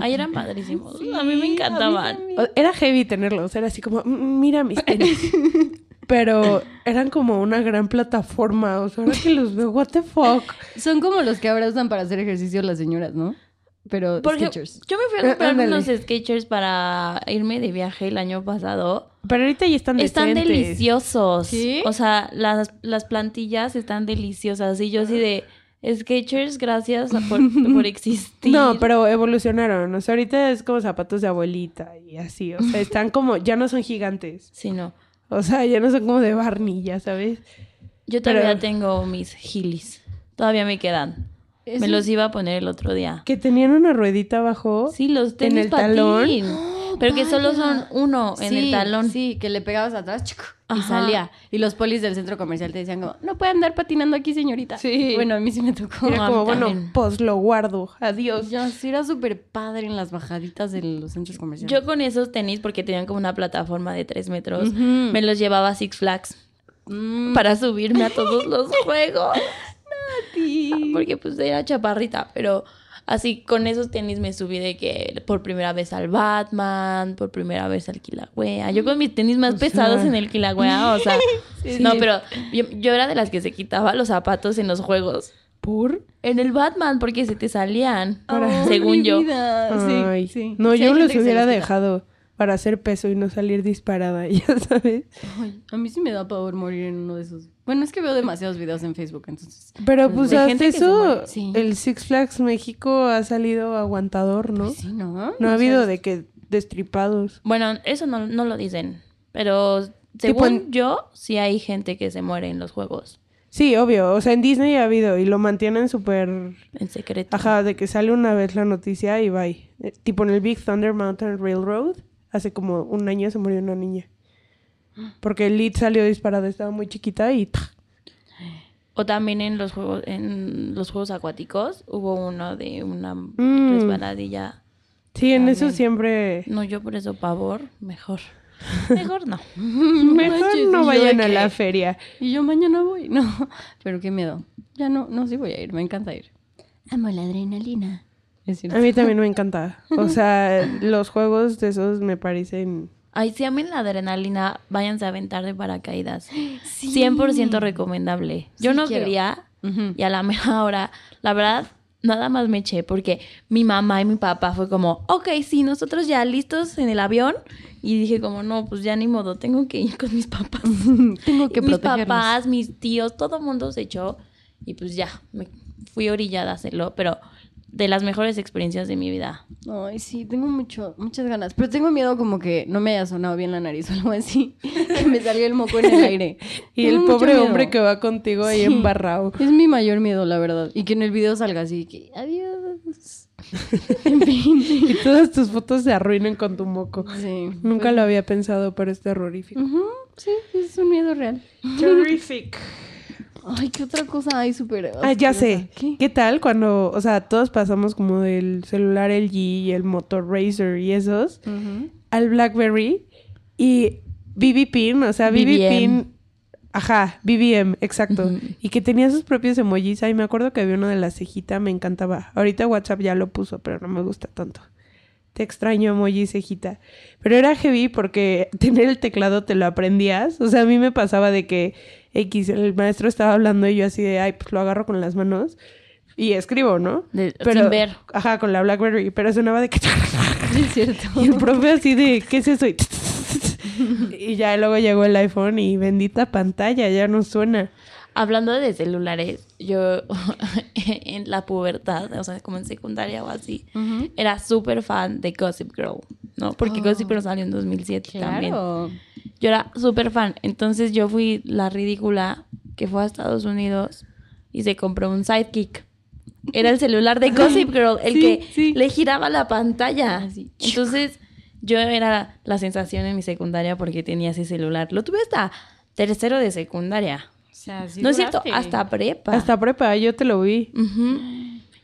Ay, eran padrísimos. Pues, a mí me encantaban.
O- Era heavy tenerlos, era así como, "Mm, mira mis tenis. Pero eran como una gran plataforma, o sea, ahora que los veo, what the fuck.
Son como los que ahora usan para hacer ejercicio las señoras, ¿no? Pero
Porque
Skechers.
yo me fui a comprar
Ah, Ándale.
unos Skechers para irme de viaje el año pasado.
Pero ahorita ya están
Están
decentes.
deliciosos.
¿Sí?
O sea, las, las plantillas están deliciosas. Y yo así de Skechers, gracias por, por existir.
No, pero evolucionaron, o sea, ahorita es como zapatos de abuelita y así, o sea, están como, ya no son gigantes,
Sí, no.
o sea, ya no son como de Barney, ya sabes.
Yo todavía
Pero-
tengo mis gilis. Todavía me quedan.
Es
Me
un-
los iba a poner el otro día.
Que tenían una ruedita abajo.
Sí, los tenis
el
patín.
talón.
Pero que solo son uno en el
Oh, Sí,
talón.
Sí, que le pegabas atrás chuc, y
Ajá.
salía. Y los polis del centro comercial te decían como, no puede andar patinando aquí, señorita.
Sí.
Bueno, a mí sí me tocó.
Era
No, a mí
como, bueno,
también.
pues lo guardo, adiós.
Yo sí era súper padre en las bajaditas de los centros comerciales.
Yo con esos tenis, porque tenían como una plataforma de tres metros,
Ujú.
me los llevaba a Six Flags
Mm,
para subirme a todos los juegos.
sí.
Porque pues era chaparrita, pero así con esos tenis me subí de que por primera vez al Batman, por primera vez al Kilauea. Yo con mis tenis más
O sea.
pesados en el Kilauea, o sea,
Sí.
no, pero yo, yo era de las que se quitaba los zapatos en los juegos.
¿Por?
En el Batman, porque se te salían,
Ahora-
según
oh, mi
yo.
vida. Ah, Sí,
Ay,
sí.
No,
Sí, hay
yo
gente
los
que se
hubiera
quita.
dejado para hacer peso y no salir disparada, ya sabes.
Ay, a mí sí me da pavor morir en uno de esos. Bueno, es que veo demasiados videos en Facebook, entonces.
Pero
Pues,
pues
de
hasta
gente que se
eso,
muere. Sí.
el Six Flags México ha salido aguantador, ¿no?
Pues Sí, ¿no?
No ha
O sea,
habido de que destripados.
Bueno, eso no, no lo dicen, pero
Tipo
según
en-
yo, sí hay gente que se muere en los juegos,
Sí, obvio. O sea, en Disney ha habido y lo mantienen súper...
en secreto.
Ajá, de que sale una vez la noticia y bye. Eh, tipo en el Big Thunder Mountain Railroad, hace como un año se murió una niña.
Ah.
Porque Lid salió disparada, estaba muy chiquita y... ¡tac!
O también en los juegos, en los juegos acuáticos hubo uno de una
Mm.
resbaladilla.
Sí, en eso
También.
siempre...
No, yo por eso pavor, mejor. Mejor no.
Mejor
manches, y
no
yo
vayan
de
a
que-
la feria.
Y yo mañana voy. No, pero qué miedo. Ya no, no, sí voy a ir. Me encanta ir. Amo la adrenalina. Es
A
cierto.
mí también me encanta. O sea, los juegos de esos me parecen...
Ay, si amen la adrenalina, váyanse a aventar de paracaídas. 100% recomendable. Yo
Sí,
no
quiero.
quería
Ujú.
y a la mera hora, la verdad, nada más me eché porque mi mamá y mi papá fue como, ok, sí, nosotros ya listos en el avión. Y dije como, no, pues ya ni modo, tengo que ir con mis papás.
Tengo que
mis
protegernos.
papás, mis tíos, todo mundo se echó y pues ya, me fui orillada a hacerlo, pero de las mejores experiencias de mi vida.
Ay, sí, tengo mucho, muchas ganas. Pero tengo miedo como que no me haya sonado bien la nariz o algo así. Que me salió el moco en el aire.
Y
Tengo
el
mucho
pobre
miedo.
hombre que va contigo ahí
Sí.
embarrado.
Es mi mayor miedo, la verdad. Y que en el video salga así que adiós. en fin.
Y todas tus fotos se arruinen con tu moco.
Sí.
Nunca lo había pensado, pero es terrorífico.
Ujú, Sí, es un miedo real.
Terrific.
Ay, qué otra cosa hay súper.
Ah, ya sé.
asquerosa?
¿Qué?
¿Qué?
tal cuando, o sea, todos pasamos como del celular LG y el Motor Racer y esos
Ujú.
al BlackBerry y BB Pin, o sea, BB
BBM.
Pin. Ajá, BBM, exacto.
Ujú.
Y que tenía sus propios emojis. Ay, me acuerdo que había uno de la cejita, me encantaba. Ahorita WhatsApp ya lo puso, pero no me gusta tanto. Te extraño emoji cejita. Pero era heavy porque tener el teclado te lo aprendías. O sea, a mí me pasaba de que X, el maestro estaba hablando y yo así de, ay, pues lo agarro con las manos y escribo, ¿no?
De-
Pero,
sin ver.
Ajá, con la BlackBerry, pero sonaba de que...
Sí, es cierto.
Y el profe así de, ¿qué es eso? Y, y ya luego llegó el iPhone y bendita pantalla, ya no suena.
Hablando de celulares, yo en la pubertad, o sea, como en secundaria o así,
Ujú.
era súper fan de Gossip Girl, ¿no? Porque
Oh.
Gossip Girl salió en 2007 también.
Claro.
Yo era súper fan. Entonces yo fui la ridícula que fue a Estados Unidos y se compró un sidekick. Era el celular de Gossip Girl, el
Sí,
que
sí. Ah,
le giraba la pantalla. Entonces yo era la sensación en mi secundaria porque tenía ese celular. Lo tuve hasta tercero de secundaria. no es cierto, hasta prepa.
Ah.
Hasta prepa, yo te lo vi.
Ujú.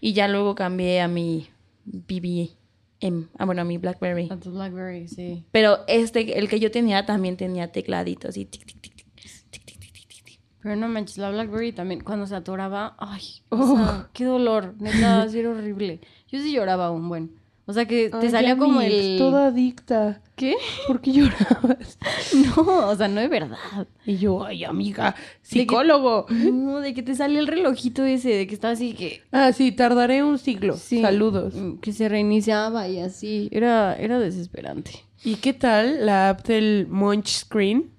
Y ya luego cambié a mi BBM, ah, bueno, a mi BlackBerry.
A tu Blackberry, sí.
Pero este, el que yo tenía también tenía tecladito así. tic, tic, tic, tic, tic, tic, tic, tic, tic, tic.
Pero no manches, la Blackberry también, cuando se atoraba, ay, o sea, qué dolor, neta, sí era horrible. Yo sí lloraba un buen. O sea, que te
Ay,
salía como
Yamil,
el...
Toda adicta.
¿Qué?
¿Por qué llorabas?
No, o sea, no es verdad.
Y yo, ay, amiga, psicólogo.
No, de que te salía el relojito ese, de que estaba así que...
Ah, sí, tardaré un siglo.
Sí,
Saludos.
mm, Que se reiniciaba y así. Era, era desesperante.
¿Y qué tal la app del Munch Screen?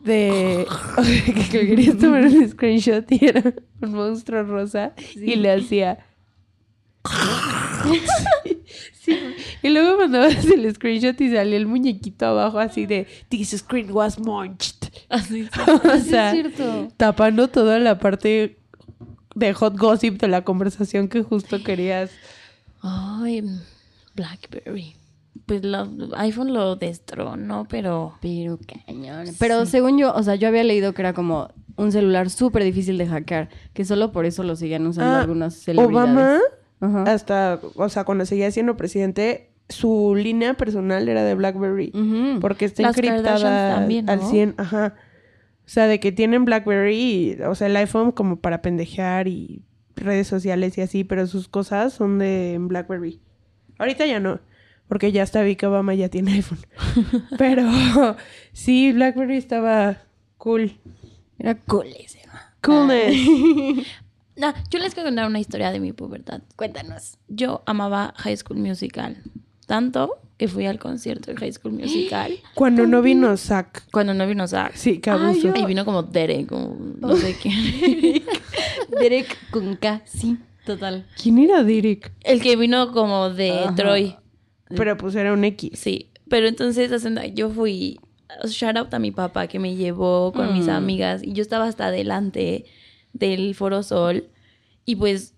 De que querías tomar un screenshot y era un monstruo rosa y le hacía. Sí. Y luego mandabas el screenshot y salía el muñequito abajo así de This screen was munched.
Así.
O
Sí,
sea,
es cierto.
tapando toda la parte de hot gossip de la conversación que justo querías.
Ay, Blackberry. Pues lo- iPhone lo destronó, pero
Pero cañón. Pero según yo, o sea, yo había leído que era como un celular súper difícil de hackear, que solo por eso lo seguían usando
Ah,
algunas celebridades.
Obama,
Ajá.
hasta, o sea, cuando seguía siendo presidente, su línea personal era de BlackBerry.
Ujú.
Porque está
Las
encriptada
Kardashians también,
al
¿no?
100, ajá. O sea, de que tienen BlackBerry, y, o sea, el iPhone como para pendejear y redes sociales y así, pero sus cosas son de BlackBerry. Ahorita ya no, porque ya está vi que Obama ya tiene iPhone. pero sí, BlackBerry estaba cool.
Era cool ese.
Coolness.
No, yo les quiero contar una historia de mi pubertad. Cuéntanos. Yo amaba High School Musical. Tanto que fui al concierto de High School Musical
Cuando no vino Zack.
cuando no vino Zax.
Sí, qué abuso.
Y vino como Derek, como no sé quién.
Derek con K, sí, total.
¿Quién era Derek?
El que vino como de
Ajá.
Troy.
Pero pues era un X.
Sí. Pero entonces hace- yo fui. Shout out a mi papá que me llevó con mis
Mm.
amigas. Y yo estaba hasta adelante del Foro Sol. Y pues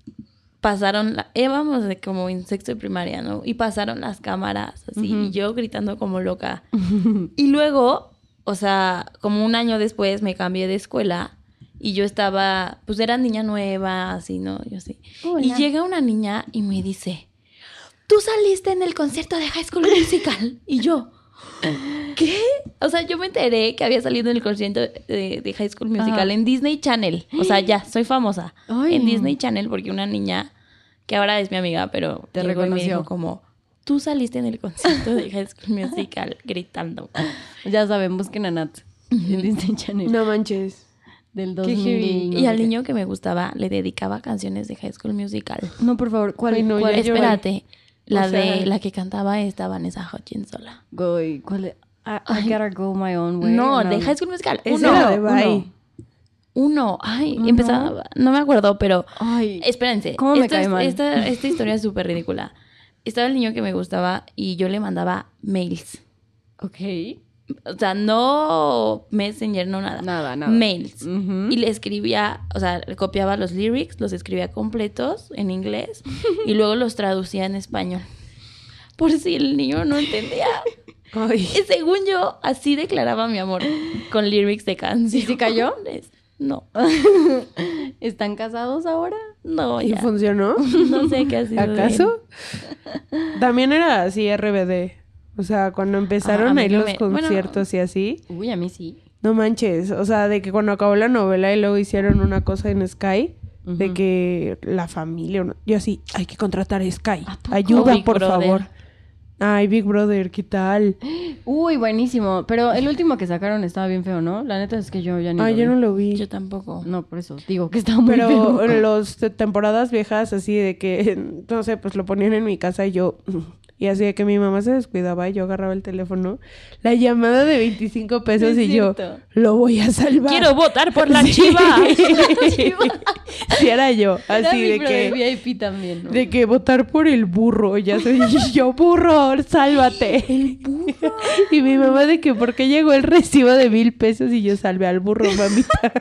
pasaron. La, íbamos de como en sexto de primaria, ¿no? Y pasaron las cámaras así. Y yo gritando como loca. Y luego, o sea, como un año después me cambié de escuela y yo estaba, pues era niña nueva, así, ¿no? Yo sí. Y
Hola.
llega una niña y me dice, tú saliste en el concierto de High School Musical. y yo, ¿qué? O sea, yo me enteré que había salido en el concierto de, de High School Musical
Ajá.
en Disney Channel. O sea, ya, soy famosa
Ay.
en Disney Channel porque una niña, que ahora es mi amiga, pero
Te
llegó y me
reconoció.
dijo como... Tú saliste en el concierto de High School Musical gritando.
Ya saben, busquen a Nat en Disney Channel
No manches.
del
Qué heavy.
2000.
Y al niño que me gustaba le dedicaba canciones de High School Musical. Pues,
No, por favor, ¿cuál?
Ay, no,
cuál
ya
es?
lloré.
Espérate, la
O sea-
de la que cantaba esta Vanessa Hudgens sola.
Güey, ¿cuál es? I, I gotta go my own way.
No, de High School Musical.
Ese
Uno,
era de Bye.
uno. Ay, empezaba, no me acuerdo, pero
Ay,
espérense.
¿Cómo me
Esto
cae
es-
mal?
Esta, esta historia es súper ridícula. Estaba el niño que me gustaba y yo le mandaba mails.
ok.
O sea, no Messenger, no nada.
Nada, nada.
Mails.
Ujú.
Y le escribía, o sea, le copiaba los lyrics, los escribía completos en inglés y luego los traducía en español. Por si el niño no entendía.
Ay.
Y según yo, así declaraba mi amor con lyrics de canciones.
¿Y se cayó?
No,
¿Están casados ahora?
no,
¿Y
ya.
funcionó?
No sé qué ha sido de él.
¿Acaso? También era así RBD. O sea, cuando
Ah, a
empezaron
mí
a ir
no
los
me- bueno.
conciertos y así,
Uy, a mí sí.
no manches. O sea, de que cuando acabó la novela y luego hicieron una cosa en Sky, de que la familia, no- yo así, hay que contratar a Sky.
¿A poco?
Ayuda,
Big
por
Brother.
favor. Ay, Big Brother, ¿qué tal?
Uy, buenísimo. Pero el último que sacaron estaba bien feo, ¿no? La neta es que yo ya ni.
Ay, yo no lo vi.
Yo tampoco.
No, por eso digo que estaba muy feo.
Pero en las temporadas viejas, así de que, entonces, pues lo ponían en mi casa y yo, y así de que mi mamá se descuidaba y yo agarraba el teléfono, la llamada de 25 pesos
Sí, es
y yo,
cierto.
lo voy a salvar.
Quiero votar por la
Sí.
chiva.
Si era yo,
Era
así
mi
de
pro
que...
VIP también, ¿no?
De que votar por el burro, ya soy yo, burro, sálvate. Y mi mamá de que, ¿por qué llegó el recibo de mil pesos y yo salvé al burro, mamita?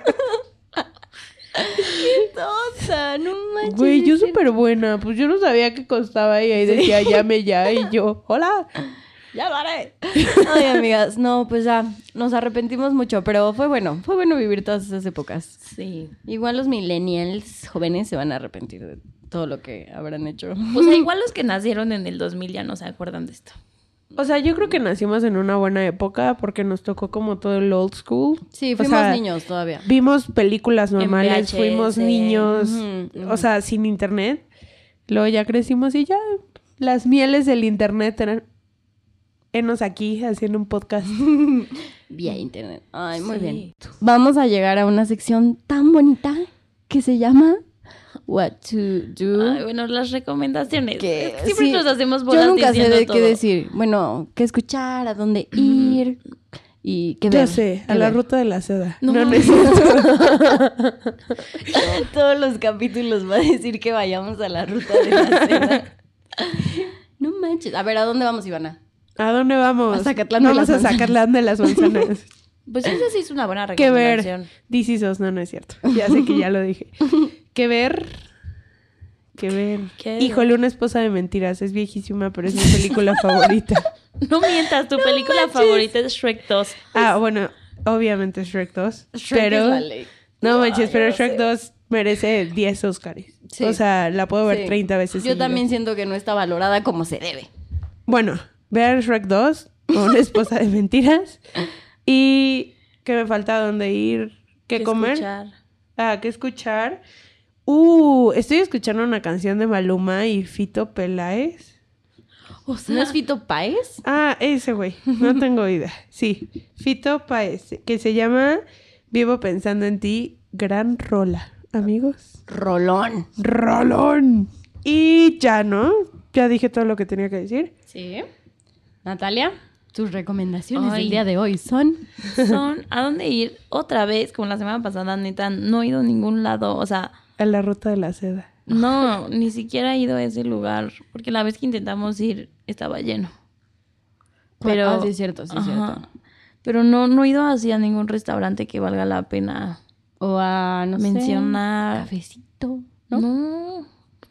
Tonta, no manches.
Güey, yo
es cierto.
súper buena, pues yo no sabía que costaba y ahí decía, llame ya, y yo, hola.
Ya lo haré. Ay, amigas, no, pues ya, nos arrepentimos mucho, pero fue bueno, fue bueno vivir todas esas épocas.
Sí.
Igual los millennials jóvenes se van a arrepentir de todo lo que habrán hecho.
O sea, igual los que nacieron en el 2000 ya no se acuerdan de esto.
O sea, yo creo que nacimos en una buena época porque nos tocó como todo el old school.
Sí,
O
fuimos
sea,
niños todavía.
Vimos películas normales,
VHS.
fuimos niños,
Ujú,
o sea, sin internet. Luego ya crecimos y ya las mieles del internet eran... Enos aquí haciendo un podcast.
Vía internet. Ay, muy
Sí.
bien. Vamos a llegar a una sección tan bonita que se llama What to Do.
Ay, bueno, las recomendaciones.
que
Es que Siempre
sí,
nos hacemos bolas
Yo nunca sé
diciendo
de
todo.
qué decir. Bueno, qué escuchar, a dónde ir y qué ver.
Ya sé,
qué
a la
ver.
ruta de la seda.
No
No, no,
mames.
es cierto.
Todos los capítulos va a decir que vayamos a la ruta de la seda. No manches. A ver, ¿a dónde vamos, Ivana?
¿A dónde vamos?
A Zacatlán de
Vamos
las
a
manzanas.
Zacatlán de las manzanas.
Pues esa sí es una buena
¿Qué ver?
recomendación.
This is Us. no, no es cierto. Ya sé que ya lo dije. ¿Qué ver? ¿Qué ver?
¿Qué ver?
Híjole, una esposa de mentiras. Es viejísima, pero es mi película favorita.
No mientas, tu película favorita es Shrek 2.
Ah, bueno, obviamente Shrek 2.
Shrek
pero...
es la ley.
No manches,
ya
pero
lo
Shrek
sé.
2 merece 10 Óscares.
Sí.
O sea, la puedo ver
Sí.
30 veces.
Yo
seguidas.
también siento que no está valorada como se debe.
Bueno, vean Shrek 2, una esposa de mentiras. Y que me falta dónde ir, qué, comer,
escuchar?
ah, qué escuchar. Uh, estoy escuchando una canción de Maluma y Fito Peláez.
O sea,
¿No es Fito Páez?
Ah, ese güey, no tengo idea. Sí, Fito Paez, que se llama Vivo pensando en ti, gran rola, amigos.
Rolón.
Rolón. Y ya, ¿no? Ya dije todo lo que tenía que decir.
Sí. Natalia, tus recomendaciones
Ay.
del día de hoy son...
son a dónde ir otra vez, como la semana pasada, neta, no he ido a ningún lado. O sea,
A la ruta de la seda.
no, ni siquiera he ido a ese lugar, porque la vez que intentamos ir estaba lleno. Pero,
Ah, sí, es cierto, sí, es cierto.
Ajá. Pero no, no he ido así a ningún restaurante que valga la pena
O a, no
mencionar.
sé, cafecito.
¿no?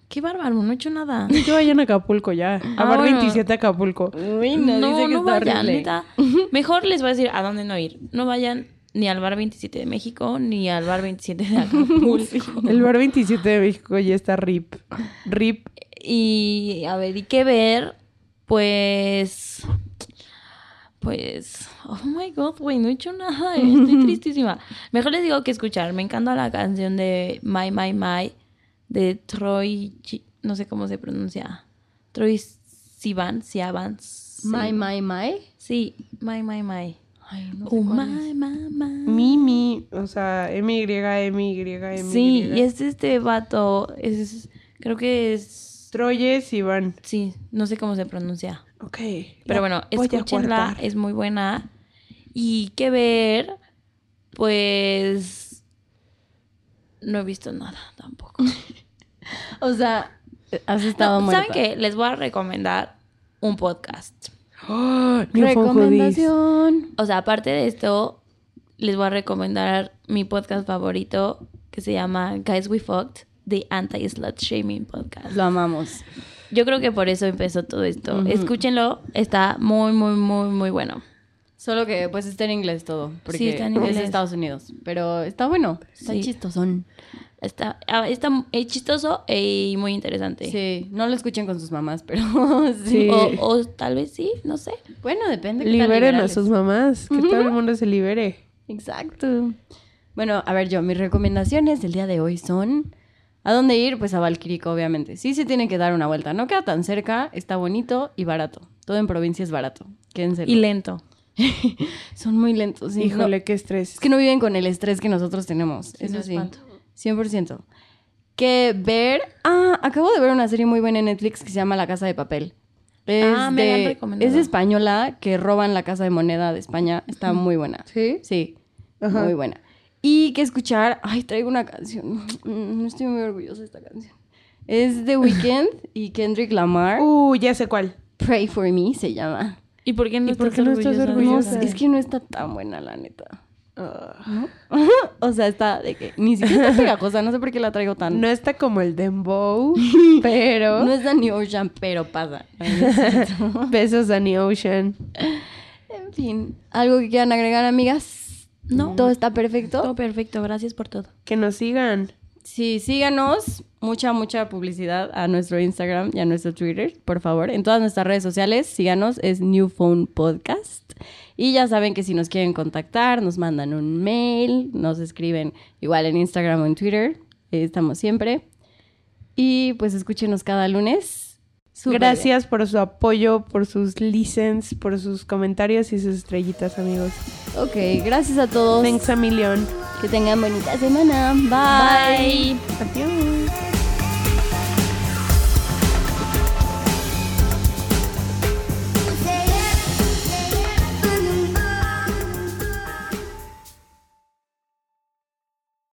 Qué bárbaro, no he hecho nada.
Que vayan a Acapulco ya. A
Ah,
Bar
bueno.
27 Acapulco.
Uy,
No,
no, dice que
no
está
vayan,
horrible.
neta. Mejor les voy a decir a dónde no ir. No vayan ni al bar 27 de México ni al bar 27 de Acapulco.
El Bar 27 de México ya está RIP. RIP.
Y a ver, ¿y qué ver? Pues. Pues. Oh my god, güey, no he hecho nada. eh, Estoy tristísima. Mejor les digo que escuchar. Me encanta la canción de My, My, My de Troy. Chi- No sé cómo se pronuncia. Troy Sivan, Sivan.
My, my, my.
Sí, My, My, My.
Ay, no sé
Oh,
cuál
my, my, my.
Mimi. O sea, M-Y, M-Y, M-Y.
Sí, y es este vato. Es. Creo que es.
Troyes y Van.
Sí, no sé cómo se pronuncia.
Ok.
Pero bueno, escúchenla, Eh, es muy buena. Y qué ver, pues no he visto nada tampoco.
es. O sea, has estado
No,
muerta.
¿Saben qué? Les voy a recomendar un podcast.
Recomendación.
Recomendación.
O sea, aparte de esto, les voy a recomendar mi podcast favorito que se llama Guys We Fucked, The Anti-Slut Shaming Podcast.
Lo amamos.
Yo creo que por eso empezó todo esto. Escúchenlo, está muy, muy, muy, muy bueno.
Solo que pues está en inglés todo. Porque
Sí, está en
es
inglés.
de Estados Unidos. Pero está bueno. Está
Sí.
chistosón.
Está, ah, está es chistoso y muy interesante.
Sí. No lo escuchen con sus mamás, pero sí.
Sí.
O, o tal vez sí, no sé.
Bueno, depende. qué tan
Liberen a
liberales.
sus mamás. Que todo el mundo se libere.
Exacto. Bueno, a ver, yo, mis recomendaciones del día de hoy son. ¿A dónde ir? Pues a Valquirico, obviamente. Sí se tiene que dar una vuelta. No queda tan cerca, está bonito y barato. Todo en provincia es barato. Quédense.
Y lento.
Son muy lentos. sí,
Híjole,
no.
qué estrés.
Es que no viven con el estrés que nosotros tenemos. Eso
no
sí.
espanto.
100%. Que ver. Ah, acabo de ver una serie muy buena en Netflix que se llama La Casa de Papel. Es,
Ah, me la han
de-
recomendado.
es española que roban la casa de moneda de España. Está muy buena.
¿Sí?
Sí,
Ajá.
muy buena. Y que escuchar, ay, traigo una canción, Mm, no estoy muy orgullosa de esta canción. Es The Weeknd y Kendrick Lamar.
Uh, ya sé cuál.
Pray for Me se llama.
¿Y por qué no,
¿Y por
estás,
qué no estás
orgullosa?
No,
orgullosa?
es que no está tan buena, la neta. ¿No? o sea, está de que ni siquiera está pegajosa, no sé por qué la traigo tan.
No está como el Dembow, pero
No es Danny Ocean, pero pasa.
besos Danny Ocean.
en fin, ¿algo que quieran agregar, amigas?
No.
¿Todo está perfecto?
Todo perfecto, gracias por todo.
Que nos sigan.
Sí, síganos. Mucha, mucha publicidad a nuestro Instagram y a nuestro Twitter, por favor. En todas nuestras redes sociales, síganos, es New Phone Podcast. Y ya saben que si nos quieren contactar, nos mandan un mail, nos escriben igual en Instagram o en Twitter. eh, estamos siempre. Y pues escúchenos cada lunes. Súper bien.
Gracias por su apoyo, por sus listens, por sus comentarios y sus estrellitas, amigos.
Ok, gracias a todos.
Thanks a million.
Que tengan bonita semana. Bye.
Adiós.